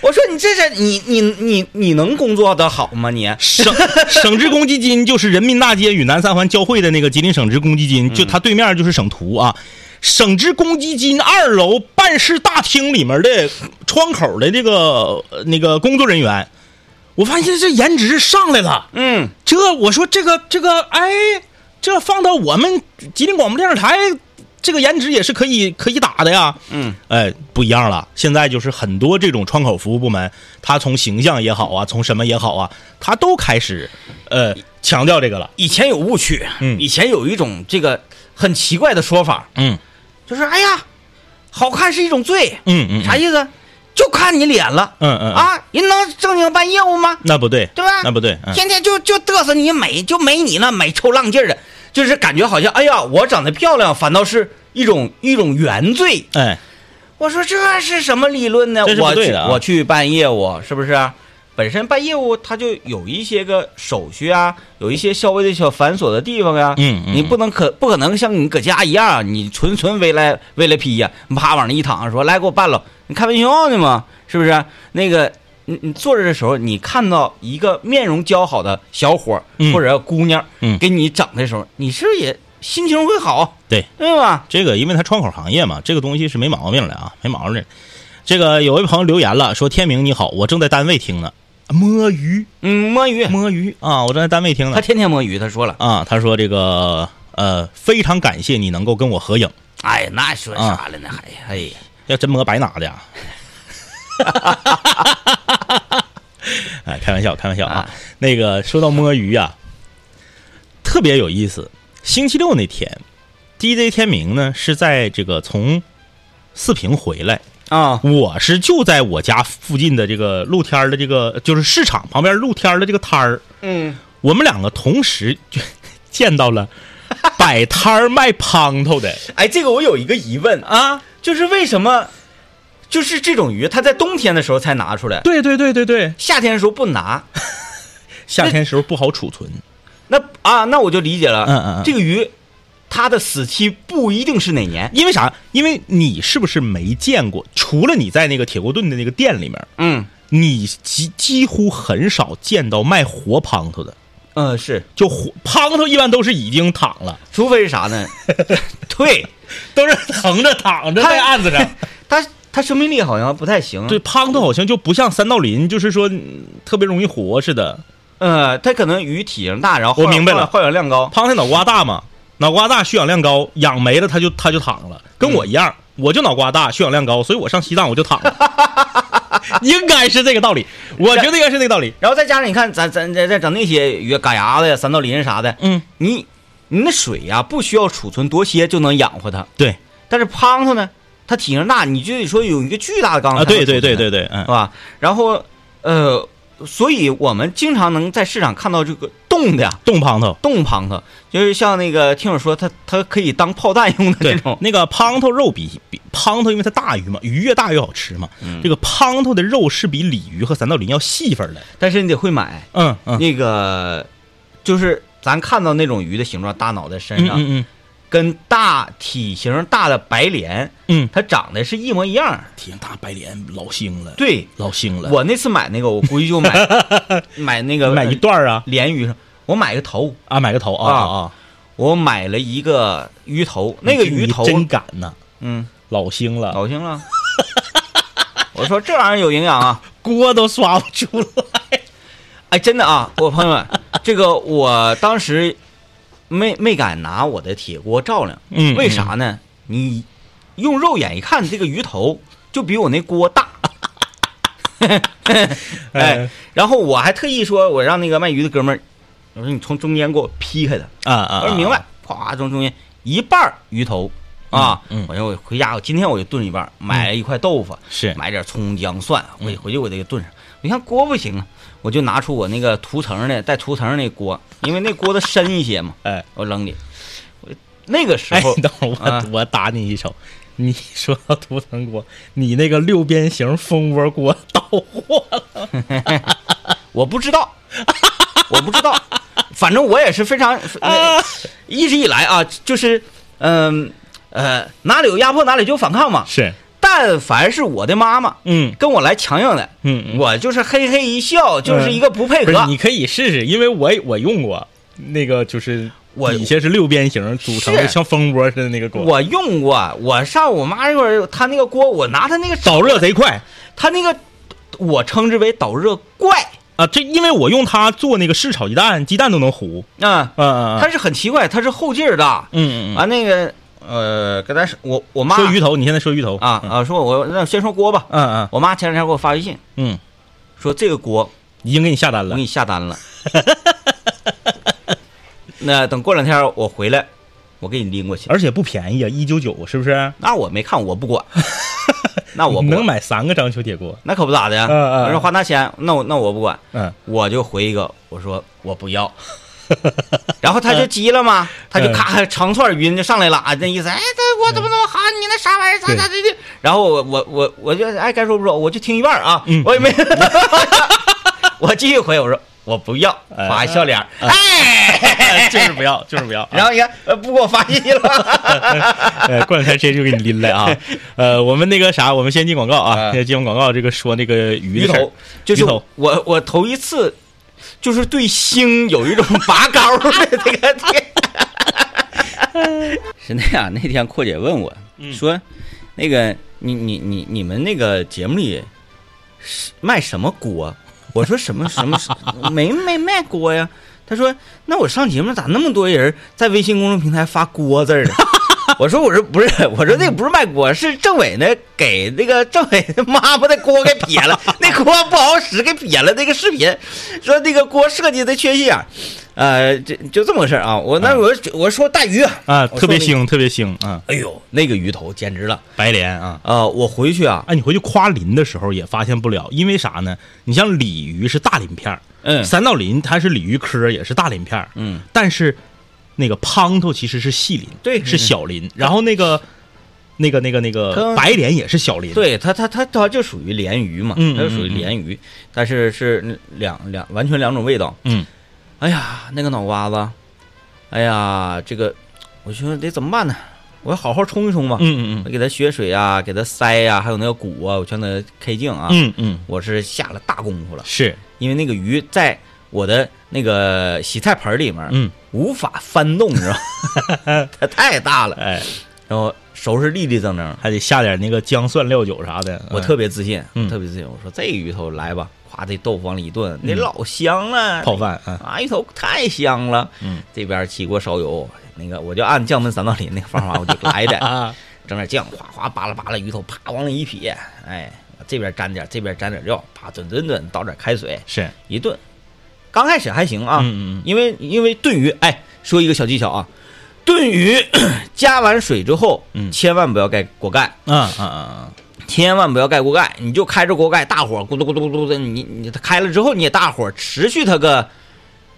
B: 我说你这是你你你你能工作的好吗你？
C: 省省直公积金就是人民大街与南三环交汇的那个吉林省直公积金，
B: 嗯
C: 就它对面就是省图啊。省直公积金二楼办事大厅里面的窗口的这个呃那个工作人员，我发现这颜值上来了。
B: 嗯，
C: 这我说这个这个，哎，这放到我们吉林广播电视台，这个颜值也是可以可以打的呀。
B: 嗯，
C: 哎，不一样了。现在就是很多这种窗口服务部门，他从形象也好啊，从什么也好啊，他都开始呃强调这个了。
B: 以前有误区，
C: 嗯
B: 以前有一种这个很奇怪的说法，
C: 嗯
B: 就是哎呀，好看是一种罪，
C: 嗯嗯，
B: 啥意思？就看你脸了，
C: 嗯嗯嗯
B: 啊，人能正经办业务吗？
C: 那不对，
B: 对吧？
C: 那不对，嗯
B: 天天就就嘚瑟你美，就没你那美臭浪劲儿的，就是感觉好像哎呀，我长得漂亮反倒是一种一种原罪。
C: 哎，
B: 我说这是什么理论呢？
C: 这是不
B: 我
C: 对
B: 去
C: 的啊
B: 我去办业务是不是、啊？本身办业务它就有一些个手续啊，有一些稍微的小繁琐的地方呀、
C: 嗯嗯
B: 你不能可不可能像你搁家一样，你纯纯为了为了批呀、你啪往那一躺，说来给我办了，你开玩笑呢吗？是不是？那个你你坐着的时候，你看到一个面容姣好的小伙儿、
C: 嗯
B: 或者姑娘，
C: 嗯
B: 给你整的时候，你是不是也心情会好？
C: 对，
B: 对吧？
C: 这个因为它窗口行业嘛，这个东西是没毛病的啊，没毛病的。这个有位朋友留言了，说天明你好，我正在单位听呢，摸鱼
B: 嗯，摸鱼，
C: 摸鱼啊，我正在单位听呢
B: 他。天天摸鱼，他说了。
C: 啊，他说这个呃，非常感谢你能够跟我合影，
B: 哎，那说啥了呢？
C: 啊
B: 还、哎呀，
C: 要真摸白拿的呀。 哎，开玩笑，开玩笑啊
B: 啊。
C: 那个说到摸鱼啊，特别有意思。星期六那天，DJ 天明呢是在这个从四平回来，
B: 啊，
C: 我是就在我家附近的这个露天儿的这个就是市场旁边露天儿的这个摊儿，
B: 嗯，
C: 我们两个同时就见到 了摆摊儿卖滂头的。
B: 哎，这个我有一个疑问啊，
C: 啊，
B: 就是为什么，就是这种鱼，它在冬天的时候才拿出来，
C: 对对对对对，
B: 夏天的时候不拿，
C: 夏天时候不好储存。
B: 那啊，那我就理解了，
C: 嗯嗯嗯
B: 这个鱼，它的死期不一定是哪年，
C: 因为啥？因为你是不是没见过？除了你在那个铁锅炖的那个店里面，
B: 嗯，
C: 你几几乎很少见到卖活滂头的。
B: 呃，是，
C: 就活滂头一般都是已经躺了，
B: 除非是啥 呢？对，
C: 都是 横着躺着在案子上。
B: 它它生命力好像不太行，
C: 对，，滂头好像就不像三道鳞，就是说嗯特别容易活似的。
B: 呃，它可能鱼体型大，然后
C: 我明白了
B: 耗氧量高，
C: 胖太脑瓜大嘛，脑瓜大，血氧量高，氧没了他就他就躺了，跟我一样，我就脑瓜大，血氧量高，所以我上西藏我就躺了， 应该是这个道理，我觉得应该是这个道理。
B: 然后再加上你看，咱咱咱再整那些鱼，嘎牙子呀、三道鳞啥的，
C: 嗯，
B: 你你那水呀、不需要储存多些就能养活它。
C: 对
B: 但是胖头呢，它体型大，你就得说有一个巨大的缸
C: 啊，对对对
B: 对，
C: 对对，
B: 是
C: 嗯
B: 吧？然后呃，所以我们经常能在市场看到这个冻的呀，
C: 冻胖头，
B: 冻胖头，就是像那个听友说，它它可以当炮弹用的
C: 对
B: 那种，
C: 那个胖头肉比比胖头，因为它大鱼嘛，鱼越大越好吃嘛。这个胖头的肉是比鲤鱼和三道鳞要细份儿的。
B: 但是你得会买
C: 嗯嗯
B: 那个，就是咱看到那种鱼的形状，大脑袋身
C: 嗯
B: 上。
C: 嗯嗯
B: 跟大体型大的白鲢，
C: 嗯，
B: 它长得是一模一样儿。
C: 天大白鲢老腥了，
B: 对，
C: 老腥了。
B: 我那次买那个，我估计就 买买那个
C: 买一段儿啊
B: 鲢鱼，我买个头，
C: 啊，买个头啊
B: 啊
C: 啊，
B: 我买了一个鱼头，那个鱼
C: 你
B: 头，
C: 真敢呐，
B: 嗯，
C: 老腥了。
B: 搞清了。我说这玩意儿有营养啊！
C: 锅都刷不出来。
B: 哎，真的啊，我朋友们，这个我当时没没敢拿我的铁锅照亮，
C: 嗯
B: 为啥呢？你用肉眼一看，这个鱼头就比我那锅大， 哎，然后我还特意说，我让那个卖鱼的哥们儿，我说你从中间给我劈开它，
C: 啊啊，
B: 我说明白，啪从中间一半儿鱼头啊，
C: 嗯嗯嗯
B: 我说我回家，我今天我就炖一半儿，买了一块豆腐，
C: 是嗯
B: 买点葱姜蒜，我回去我得给炖上。你看锅不行啊，我就拿出我那个涂层的带涂层那锅，因为那锅子深一些嘛，
C: 哎，
B: 我扔里。我那个时
C: 哎
B: 候，
C: 等会儿我、
B: 啊
C: 我打你一手。你说到图腾锅，你那个六边形蜂窝锅到货了，
B: 我不知道，我不知 道，反正我也是非常，
C: 啊
B: 呃一直以来啊，就是，嗯呃，哪里有压迫哪里就反抗嘛。
C: 是，
B: 但凡是我的妈妈
C: 嗯
B: 跟我来强硬的，
C: 嗯嗯
B: 我就是嘿嘿一笑，就是一个不配
C: 不是，
B: 合。
C: 你可以试试，因为我我用过那个，就是
B: 我
C: 底下是六边形组成的，
B: 是
C: 像蜂窝似的那个锅，
B: 我用过，我上我妈那块儿，她那个锅，我拿她那个
C: 导热贼快
B: 它那个我称之为导热怪
C: 啊！这因为我用它做那个试炒鸡蛋，鸡蛋都能糊，
B: 啊，
C: 嗯嗯
B: 它是很奇怪，它是后劲儿的。啊，
C: 嗯嗯嗯，
B: 那个呃，跟咱说我我妈
C: 说鱼嗯头，你现在说鱼头
B: 啊，啊，说我那先说锅吧。
C: 嗯嗯
B: 我妈前两天给我发微信
C: 嗯，
B: 说这个锅
C: 已经给你下单
B: 我
C: 了
B: 给，你下单了， 那等过两天我回来，我给你拎过去。
C: 而且不便宜啊，一九九是不是？
B: 那我没看，我不 管，那我不
C: 能
B: 管，
C: 买三个章丘铁锅，
B: 那可不咋的呀。
C: 嗯嗯嗯
B: 我说花那钱，那我那我不管，
C: 嗯，
B: 我就回一个，我说我不 要，然后他就急了
C: 嗯
B: 嘛，他就咔长串语音就上来了，啊，那意思，哎，这我怎么那么好？你那啥玩意儿，咋
C: 对
B: 咋的的？然后我我我我就爱该说不说，我就听一半儿啊
C: 嗯，
B: 我也没， 我继续回，我说我不要，
C: 哎
B: 发一笑脸儿，哎，
C: 就是不要，就是不要。啊
B: 然后你看呃不给我发信息了，
C: 呃，过两天直接就给你拎来啊。呃，我们那个啥，我们先进广告啊，
B: 啊
C: 先进完广告，这个说那个鱼
B: 鱼
C: 的事儿
B: 头，就是
C: 鱼头
B: 我我头一次就是对星有一种拔高的 这个这个。是那样，那天阔姐问我、说，那个你你你你们那个节目里是卖什么锅？我说什么 什么没没卖锅呀？她说那我上节目咋那么多人在微信公众平台发锅字儿呢？ 我说我说不是，我说那不是卖锅，是政委呢给那个政委的妈妈的锅给撇了， 那锅不好使给撇了。那个视频说那个锅设计的缺心眼儿，呃，就就这么个事儿啊。我那我我说大鱼
C: 啊，特别
B: 腥。
C: 腥，特别腥啊，
B: 哎呦，那个鱼头简直了！
C: 白鲢啊。
B: 啊！我回去啊，
C: 哎，你回去夸鳞的时候也发现不了，因为啥呢？你像鲤鱼是大鳞片儿，
B: 嗯
C: 三道鳞它是鲤鱼科，也是大鳞片儿，
B: 嗯，
C: 但是那个滂沱其实是细鳞，
B: 对
C: 是小鳞，然后那个那个那个那个
B: 它
C: 白鲢也是小鳞，，
B: 对它它它它就属于鲢鱼嘛，
C: 嗯
B: 它就属于鲢鱼，但是是两两完全两种味道。
C: 嗯，
B: 哎呀，那个脑瓜子，哎呀，这个我说得怎么办呢？我要好好冲一冲吧。
C: 嗯
B: 我
C: 嗯
B: 给它血水啊，给它鳃呀、还有那个骨啊，我全给它 K 净啊。
C: 嗯嗯嗯，
B: 我是下了大功夫了，
C: 是，
B: 因为那个鱼在我的那个洗菜盆里面，
C: 嗯，
B: 无法翻动，你知道吗？ 它太大了。
C: 哎，
B: 然后收拾立立正正，
C: 还得下点那个姜蒜料酒啥的，
B: 我
C: 嗯
B: 特别自信，
C: 嗯
B: 特别自信。我说这鱼头来吧，夸这豆腐往里一炖，那老香了，
C: 泡饭啊，
B: 啊，鱼头太香了。
C: 嗯，
B: 这边起锅烧油，那个我就按降焖三道鳞那个方法，我就来 的，
C: 啊，
B: 整点酱，哗哗扒拉扒拉鱼头，啪往里一撇，哎，这边沾点，这边沾点料，啪炖炖炖，倒点开水
C: 是，
B: 一炖。刚开始还行啊，
C: 嗯嗯嗯
B: 因为因为炖鱼，哎，说一个小技巧啊，炖鱼 加完水之后，
C: 嗯
B: 千万不要盖锅盖。
C: 啊啊啊，
B: 千万不要盖锅盖，你就开着锅盖，大火咕嘟咕嘟咕嘟的，你你它开了之后你也大火，持续它个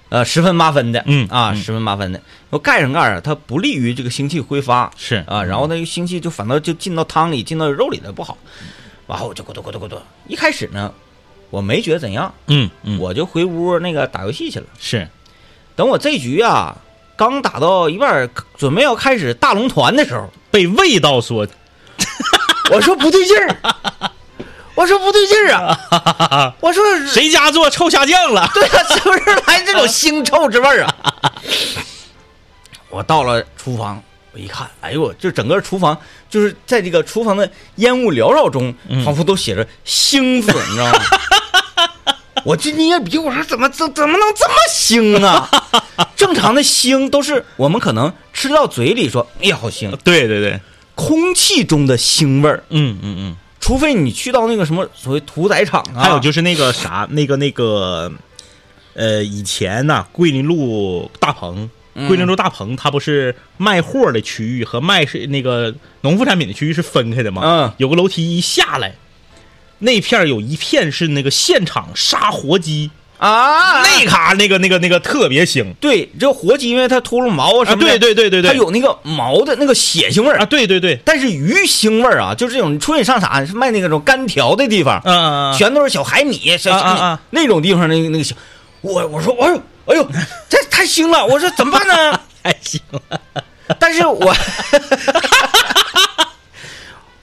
B: 呃十分八分的，
C: 嗯
B: 啊
C: 嗯
B: 十分八分的，我盖上盖儿啊，它不利于这个腥气挥发
C: 是嗯
B: 啊，然后那个腥气就反倒就进到汤里，进到肉里了不好，然后我就咕嘟咕嘟咕嘟，一开始呢我没觉得怎样，
C: 嗯嗯，
B: 我就回屋那个打游戏去了，
C: 是，
B: 等我这局啊刚打到一半儿，准备要开始大龙团的时候，
C: 被味道所
B: 我说不对劲儿，我说不对劲儿啊， 我说
C: 谁家做臭虾酱了？
B: 对啊，是不是来这种腥臭之味儿啊？ 我到了厨房，我一看，哎呦，就整个厨房就是在这个厨房的烟雾缭绕中，
C: 嗯
B: 仿佛都写着“腥”字，你知道吗？ 我这捏鼻，我说怎么怎怎么能这么腥啊？正常的腥都是我们可能吃到嘴里说，哎呀好腥，
C: 对对对，
B: 空气中的腥味儿，
C: 嗯嗯嗯，
B: 除非你去到那个什么所谓屠宰场啊，
C: 还有就是那个啥，那个那个，呃，以前呐、桂林路大棚，桂林路大棚，它不是卖货的区域和卖是那个农副产品的区域是分开的吗？
B: 嗯，
C: 有个楼梯一下来，那片儿有一片是那个现场杀活鸡，
B: 啊，
C: 那卡那个那个那个特别腥
B: 对这活鸡，因为它秃噜毛啊
C: 啊！
B: 什么的，
C: 对对对对对，
B: 它有那个毛的那个血腥味儿
C: 啊，，对对对，
B: 但是鱼腥味儿啊，就是这种，你出去上啥是卖那种干条的地方，
C: 嗯嗯嗯
B: 全都是小海米，小
C: 啊
B: 小
C: 啊
B: 米
C: 啊
B: 那种地方那个那个小，我我说哎呦哎呦，这太腥了，我说怎么办呢？
C: 太腥了，
B: 但是 我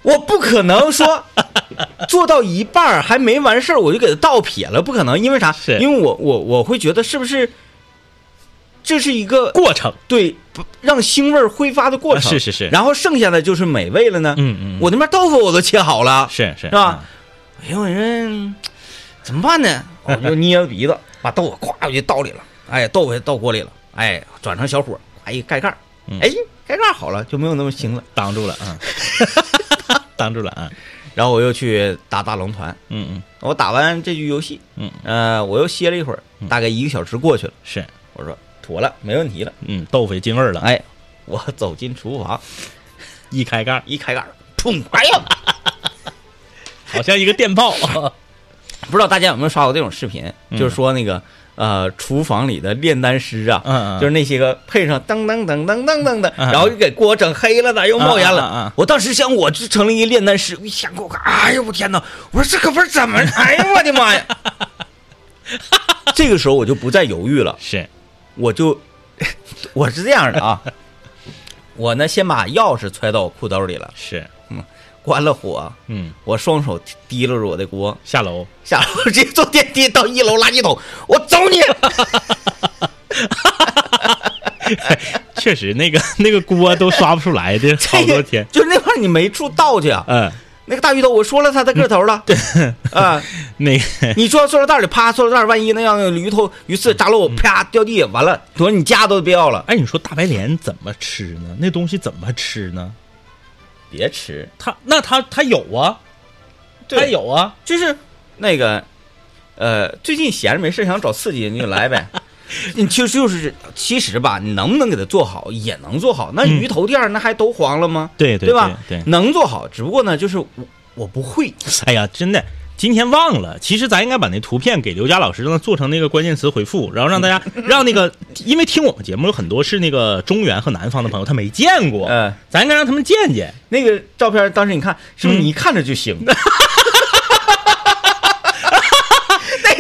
B: 我不可能说做到一半儿还没完事儿我就给它倒撇了，不可能，因为啥
C: 是？
B: 因为我我我会觉得是不是这是一个
C: 过程
B: 对不让腥味儿挥发的过程，
C: 啊是是是
B: 然后剩下的就是美味了呢。
C: 嗯嗯嗯
B: 我那边豆腐我都切好了，
C: 是是
B: 是
C: 嗯
B: 吧？？哎呦，我说怎么办 呢？我就捏着鼻子把豆腐咵我就倒里了，哎，豆腐也倒锅里了，哎，转成小火，哎一盖盖儿，
C: 嗯
B: 哎盖盖儿好了就没有那么腥了。
C: 挡住了 啊，挡住了啊，
B: 然后我又去打大龙团，
C: 嗯嗯
B: 我打完这局游戏，
C: 嗯，
B: 呃，我又歇了一会儿，大概一个小时过去了，
C: 是，
B: 我说妥了，没问题了。
C: 嗯，豆腐也进味儿了，
B: 哎，我走进厨房，
C: 一开盖儿，
B: 一开盖儿，砰！哎呀，
C: 好像一个电 炮。
B: 不知道大家有没有刷过这种视频，
C: 嗯
B: 就是说那个呃，厨房里的炼丹师啊，
C: 嗯嗯
B: 就是那些个配上噔噔噔噔噔噔的，
C: 嗯
B: 然后就给锅整黑了的，又冒烟了。
C: 嗯嗯嗯嗯
B: 我当时想，我就成了一炼丹师，我一想给我看，哎呦我天哪！我说这可不是怎么，哎呦我的妈 呀！这个时候我就不再犹豫了，
C: 是，
B: 我就 我是这样的啊，我呢先把钥匙揣到我裤兜里了，
C: 是，
B: 关了火，
C: 嗯，
B: 我双手提溜着我的锅，
C: 下楼，
B: 下楼直接坐电梯到一楼垃圾桶，我走你！。
C: 确实那个 那个锅都刷不出来 的，好多天
B: 就是那块儿你没处倒去啊。
C: 嗯，
B: 那个大鱼头，我说了它的个头了，对 啊，
C: 那个
B: 你装塑料袋里，啪，塑料袋万一那样鱼头鱼刺扎
C: 嗯
B: 漏，啪掉地，完了，说你家都不要了，
C: 哎，你说大白莲怎么吃呢？那东西怎么吃呢？
B: 别吃，
C: 它那它它有啊，
B: 对
C: 它有啊，
B: 就是那个，呃，最近闲着没事想找刺激，你就来 呗。你就就是，其实吧，你能不能给它做好，也能做好。那
C: 嗯
B: 鱼头店儿那还都黄了吗？
C: 对对
B: 对吧？
C: 对，
B: 能做好，只不过呢，就是我我不会，
C: 哎呀，真的。今天忘了，其实咱应该把那图片给刘佳老师，让他做成那个关键词回复，然后让大家 让那个，因为听我们节目有很多是那个中原和南方的朋友，他没见过，
B: 嗯
C: 咱应该让他们见见。
B: 那个照片，当时你看是不是
C: 嗯
B: 你一看着就 行？那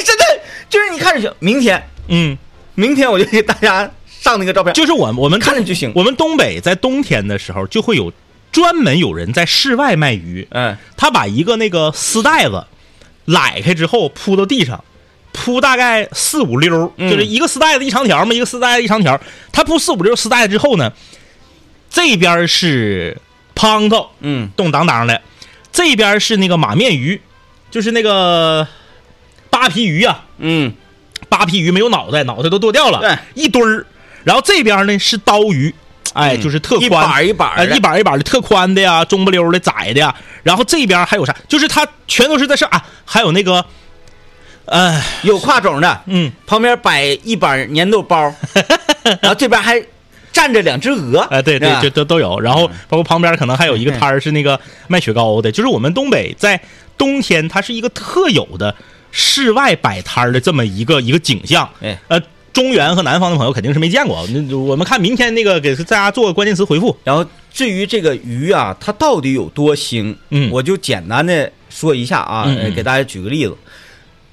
B: 真的就是你看着行。明天，
C: 嗯，
B: 明天我就给大家上那个照片，
C: 就是我我们
B: 看着就行。
C: 我们东北在冬天的时候就会有专门有人在室外卖鱼，
B: 嗯，
C: 他把一个那个丝带子揽开之后铺到地上，铺大概四五溜儿，
B: 嗯
C: 就是一个丝带子一长条嘛，一个丝带子一长条。他铺四五溜丝带子之后呢，这边是胖头，
B: 嗯，
C: 动当当的，这边是那个马面鱼，就是那个扒皮鱼呀、啊
B: 嗯，
C: 扒皮鱼没有脑袋，脑袋都剁掉了，
B: 对
C: 一堆儿。然后这边呢是刀鱼，哎，
B: 嗯
C: 就是特
B: 一
C: 宽
B: 板儿一板
C: 呃
B: 儿的
C: 一板儿一板儿的，特宽的呀，中不溜儿的窄的呀。然后这边还有啥？就是它全都是在上啊，还有那个，呃，
B: 有跨种的，
C: 嗯，
B: 旁边摆一板粘豆 包，然后这边还站着两只鹅。
C: 哎，对对
B: 是，吧嗯
C: 就都都有。然后包括旁边可能还有一个摊儿是那个卖雪糕的，就是我们东北在冬天它是一个特有的室外摆摊儿的这么一个一个景象。
B: 哎
C: 呃，中原和南方的朋友肯定是没见过。那我们看明天那个给大家做个关键词回复。
B: 然后至于这个鱼啊，它到底有多腥，
C: 嗯
B: 我就简单的说一下啊，
C: 嗯
B: 呃
C: 嗯
B: 给大家举个例子。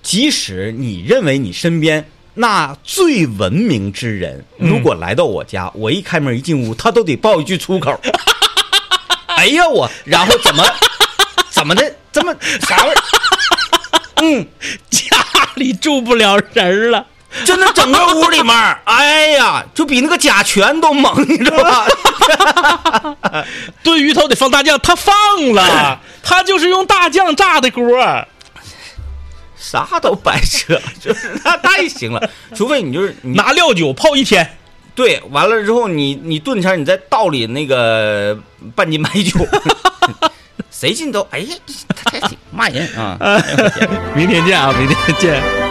B: 即使你认为你身边那最文明之人，
C: 嗯
B: 如果来到我家，我一开门一进屋，他都得爆一句粗口。 哎呀我，然后怎么 怎么的，这么啥味儿？ 嗯，
C: 家里住不了人了。
B: 真的整个屋里面儿，哎呀，就比那个甲醛都猛，你知道吧？
C: 炖鱼头得放大酱，他放了，他就是用大酱炸的锅儿。
B: 啥都白扯， 就是那太行了。除非你就是你
C: 拿料酒泡一天，
B: 对，完了之后你你炖前儿你再倒里那个半斤白酒，谁进都哎呀，这这
D: 骂人啊。
C: 明天见啊，明天见。